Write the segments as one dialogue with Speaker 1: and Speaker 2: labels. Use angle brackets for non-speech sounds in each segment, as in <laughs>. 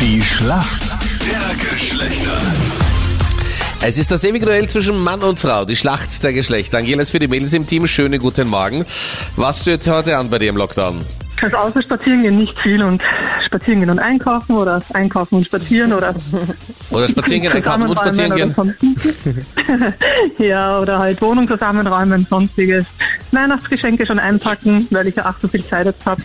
Speaker 1: Die Schlacht der Geschlechter.
Speaker 2: Es ist das ewige Duell zwischen Mann und Frau, die Schlacht der Geschlechter. Angela ist für die Mädels im Team. Schönen guten Morgen. Was steht heute an bei dir im Lockdown?
Speaker 3: Also außer spazieren gehen nicht viel und spazieren gehen und einkaufen oder einkaufen und spazieren oder
Speaker 2: Oder <laughs> spazieren
Speaker 3: <laughs>
Speaker 2: gehen, einkaufen und spazieren gehen?
Speaker 3: gehen. <laughs> ja, oder halt Wohnung zusammenräumen, sonstiges. Weihnachtsgeschenke schon einpacken, weil ich ja auch so viel Zeit jetzt habe.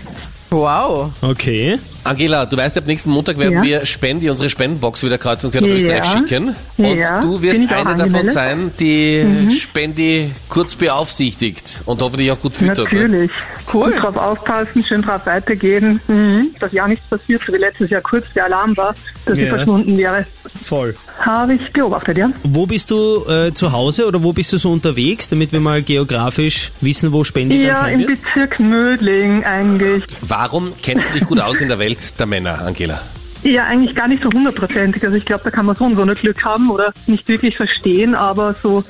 Speaker 4: Wow.
Speaker 5: Okay.
Speaker 2: Angela, du weißt, ab nächsten Montag werden
Speaker 3: Ja.
Speaker 2: wir Spendi, unsere Spendenbox wieder kreuz und quer nach
Speaker 3: Ja.
Speaker 2: Österreich schicken. Und
Speaker 3: Ja.
Speaker 2: du
Speaker 3: Bin
Speaker 2: wirst
Speaker 3: ich auch
Speaker 2: eine davon
Speaker 3: angemeldet? Mhm.
Speaker 2: sein, die Spendi kurz beaufsichtigt und hoffentlich auch gut füttert. ne?
Speaker 3: Natürlich.
Speaker 4: Cool.
Speaker 3: Gut drauf aufpassen, schön drauf weitergeben, mhm. dass ja nichts passiert, so wie letztes Jahr kurz der Alarm war, dass ich
Speaker 5: Ja.
Speaker 3: verschwunden wäre.
Speaker 5: Voll.
Speaker 3: Habe ich beobachtet, ja.
Speaker 5: Wo bist du äh, zu Hause oder wo bist du so unterwegs, damit wir mal geografisch wissen, wo Spendi dann
Speaker 3: Ja,
Speaker 5: sein
Speaker 3: im
Speaker 5: wird?
Speaker 3: Bezirk Mödling eigentlich.
Speaker 2: Warum kennst du dich gut aus in der Welt der Männer, Angela?
Speaker 3: Ja, eigentlich gar nicht so hundertprozentig. Also ich glaube, da kann man so und so nicht Glück haben oder nicht wirklich verstehen, aber so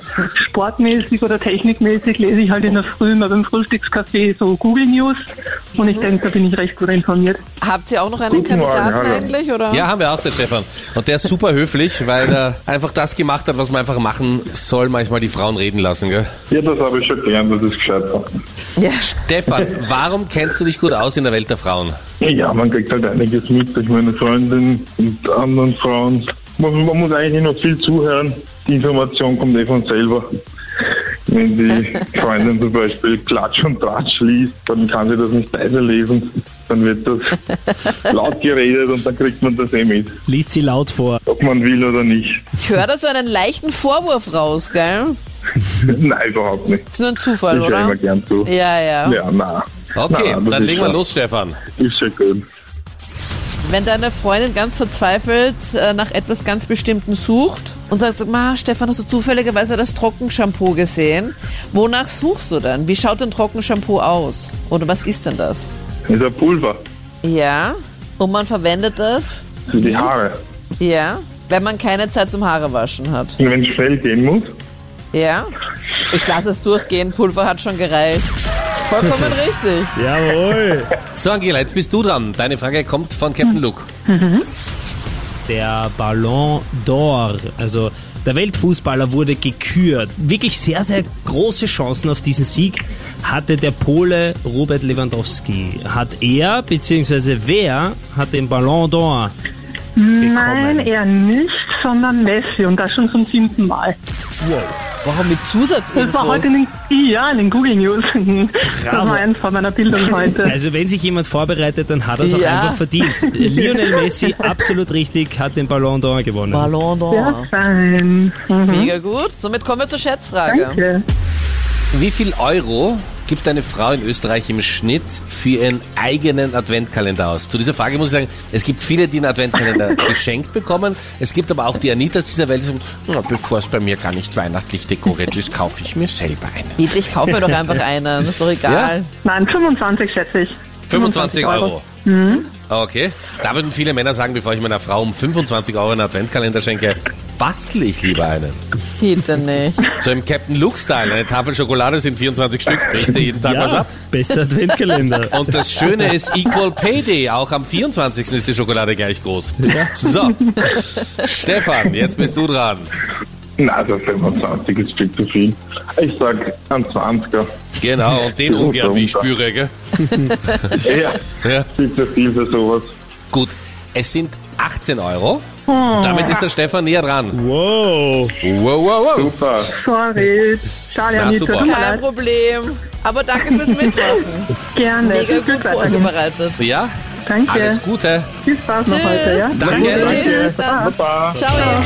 Speaker 3: sportmäßig oder technikmäßig lese ich halt in der Früh mal beim Frühstückscafé so Google News und ich denke, da bin ich recht gut informiert.
Speaker 4: Habt ihr auch noch einen Kandidaten eigentlich? Oder?
Speaker 2: Ja, haben wir auch den Stefan. Und der ist super höflich, weil er einfach das gemacht hat, was man einfach machen soll, manchmal die Frauen reden lassen, gell?
Speaker 6: Ja, das habe ich schon gelernt, das ist gescheiter.
Speaker 4: Ja.
Speaker 2: Stefan, warum kennst du dich gut aus in der Welt der Frauen?
Speaker 6: Ja, man kriegt halt einiges mit durch meine Freundin und anderen Frauen. Man, man muss eigentlich nur viel zuhören. Die Information kommt eh von selber. Wenn
Speaker 4: <laughs>
Speaker 6: die Freundin zum Beispiel Klatsch und Tratsch liest, dann kann sie das nicht leise lesen. Dann
Speaker 4: <laughs>
Speaker 6: wird das laut geredet und dann kriegt man das eh mit,
Speaker 5: Liest sie laut vor.
Speaker 6: ob man will
Speaker 4: <laughs>
Speaker 6: oder nicht.
Speaker 4: Ich höre da so einen leichten Vorwurf raus, gell?
Speaker 6: Nein, überhaupt nicht.
Speaker 4: Ist nur ein Zufall,
Speaker 6: Ich höre immer
Speaker 4: oder?
Speaker 6: gern zu.
Speaker 4: Ja, ja.
Speaker 6: Ja, na.
Speaker 2: Okay,
Speaker 6: Na, das
Speaker 2: dann
Speaker 6: ist
Speaker 2: legen wir
Speaker 6: schon-
Speaker 2: los, Stefan.
Speaker 6: Ist schon gut.
Speaker 4: Wenn deine Freundin ganz verzweifelt äh, nach etwas ganz Bestimmten sucht und sagt, Ma, Stefan, hast du zufälligerweise das Trockenshampoo gesehen? Wonach suchst du denn? Wie schaut denn Trockenshampoo aus? Oder was ist denn das?
Speaker 6: Ist ein Pulver
Speaker 4: Ja. Und man verwendet das?
Speaker 6: für
Speaker 4: Mhm.
Speaker 6: die Haare.
Speaker 4: Ja. Wenn man keine Zeit zum Haarewaschen hat.
Speaker 6: Und wenn es schnell gehen muss,
Speaker 4: Ja. Ich lasse es durchgehen, Pulver hat schon gereicht. Vollkommen richtig.
Speaker 5: Jawohl.
Speaker 2: So, Angela, jetzt bist du dran. Deine Frage kommt von Captain Luke.
Speaker 5: Der Ballon d'Or, also der Weltfußballer wurde gekürt. Wirklich sehr, sehr große Chancen auf diesen Sieg hatte der Pole Robert Lewandowski. Hat er, beziehungsweise wer, hat den Ballon d'Or bekommen?
Speaker 3: Nein, eher nicht, sondern Messi und das schon zum siebten Mal.
Speaker 4: Warum mit Zusatzinfos?
Speaker 3: Das war heute in den, ja, in den Google News. <laughs> Das
Speaker 5: Bravo.
Speaker 3: war eins von meiner Bildung
Speaker 5: <laughs>
Speaker 3: heute.
Speaker 5: Also wenn sich jemand vorbereitet, dann hat er es auch
Speaker 4: Ja.
Speaker 5: einfach verdient. Lionel Messi, absolut richtig, hat den Ballon d'Or gewonnen.
Speaker 4: Ballon
Speaker 3: Ja,
Speaker 4: d'Or.
Speaker 3: fein. Mhm.
Speaker 4: Mega gut. Somit kommen wir zur Schätzfrage.
Speaker 3: Danke.
Speaker 2: Wie viel Euro gibt eine Frau in Österreich im Schnitt für ihren eigenen Adventkalender aus? Zu dieser Frage muss ich sagen, es gibt viele, die einen Adventkalender geschenkt bekommen. Es gibt aber auch die Anitas dieser Welt, die sagen, "Na, bevor es bei mir gar nicht weihnachtlich dekoriert ist, kaufe ich mir selber einen.
Speaker 4: Bitte, ich kaufe mir doch <laughs> einfach einen. Ist doch egal.
Speaker 3: Nein, 25 schätze ich.
Speaker 2: 25 Euro. Mhm. Okay. Da würden viele Männer sagen, bevor ich meiner Frau um 25 Euro einen Adventkalender schenke, bastel ich lieber einen.
Speaker 4: Bitte nicht.
Speaker 2: So im Captain Luke-Style. Eine Tafel Schokolade sind 24 Stück. Bricht dir jeden Tag was
Speaker 5: Ja,
Speaker 2: ab.
Speaker 5: bester Adventkalender.
Speaker 2: Und das Schöne ist Equal Pay Day. Auch am 24. ist die Schokolade gleich groß. So. Stefan, jetzt bist du dran.
Speaker 6: na, also 25 ist viel zu viel. Ich sag ein 20er.
Speaker 2: Genau, und den
Speaker 6: Gut,
Speaker 2: ungern, wie ich
Speaker 6: runter.
Speaker 2: spüre, gell?
Speaker 6: Ja,
Speaker 2: Ja.
Speaker 6: viel zu viel für sowas.
Speaker 2: Gut. Es sind 18 Euro. Damit ist der Stefan näher dran.
Speaker 5: Wow.
Speaker 2: Wow, wow, wow.
Speaker 6: Super.
Speaker 3: Sorry. Schade,
Speaker 2: Na,
Speaker 3: Anita.
Speaker 2: super.
Speaker 3: Tut mir
Speaker 4: Kein
Speaker 3: leid.
Speaker 4: Problem. Aber danke fürs Mitmachen.
Speaker 3: Gerne.
Speaker 4: Mega
Speaker 3: Viel
Speaker 4: gut
Speaker 3: Glück weiterhin.
Speaker 4: vorbereitet.
Speaker 2: Ja,
Speaker 3: Danke.
Speaker 2: alles Gute.
Speaker 3: Viel Spaß noch
Speaker 4: Tschüss.
Speaker 3: heute, ja?
Speaker 2: Danke.
Speaker 4: Tschüss. Dann.
Speaker 6: Baba.
Speaker 4: Ciao.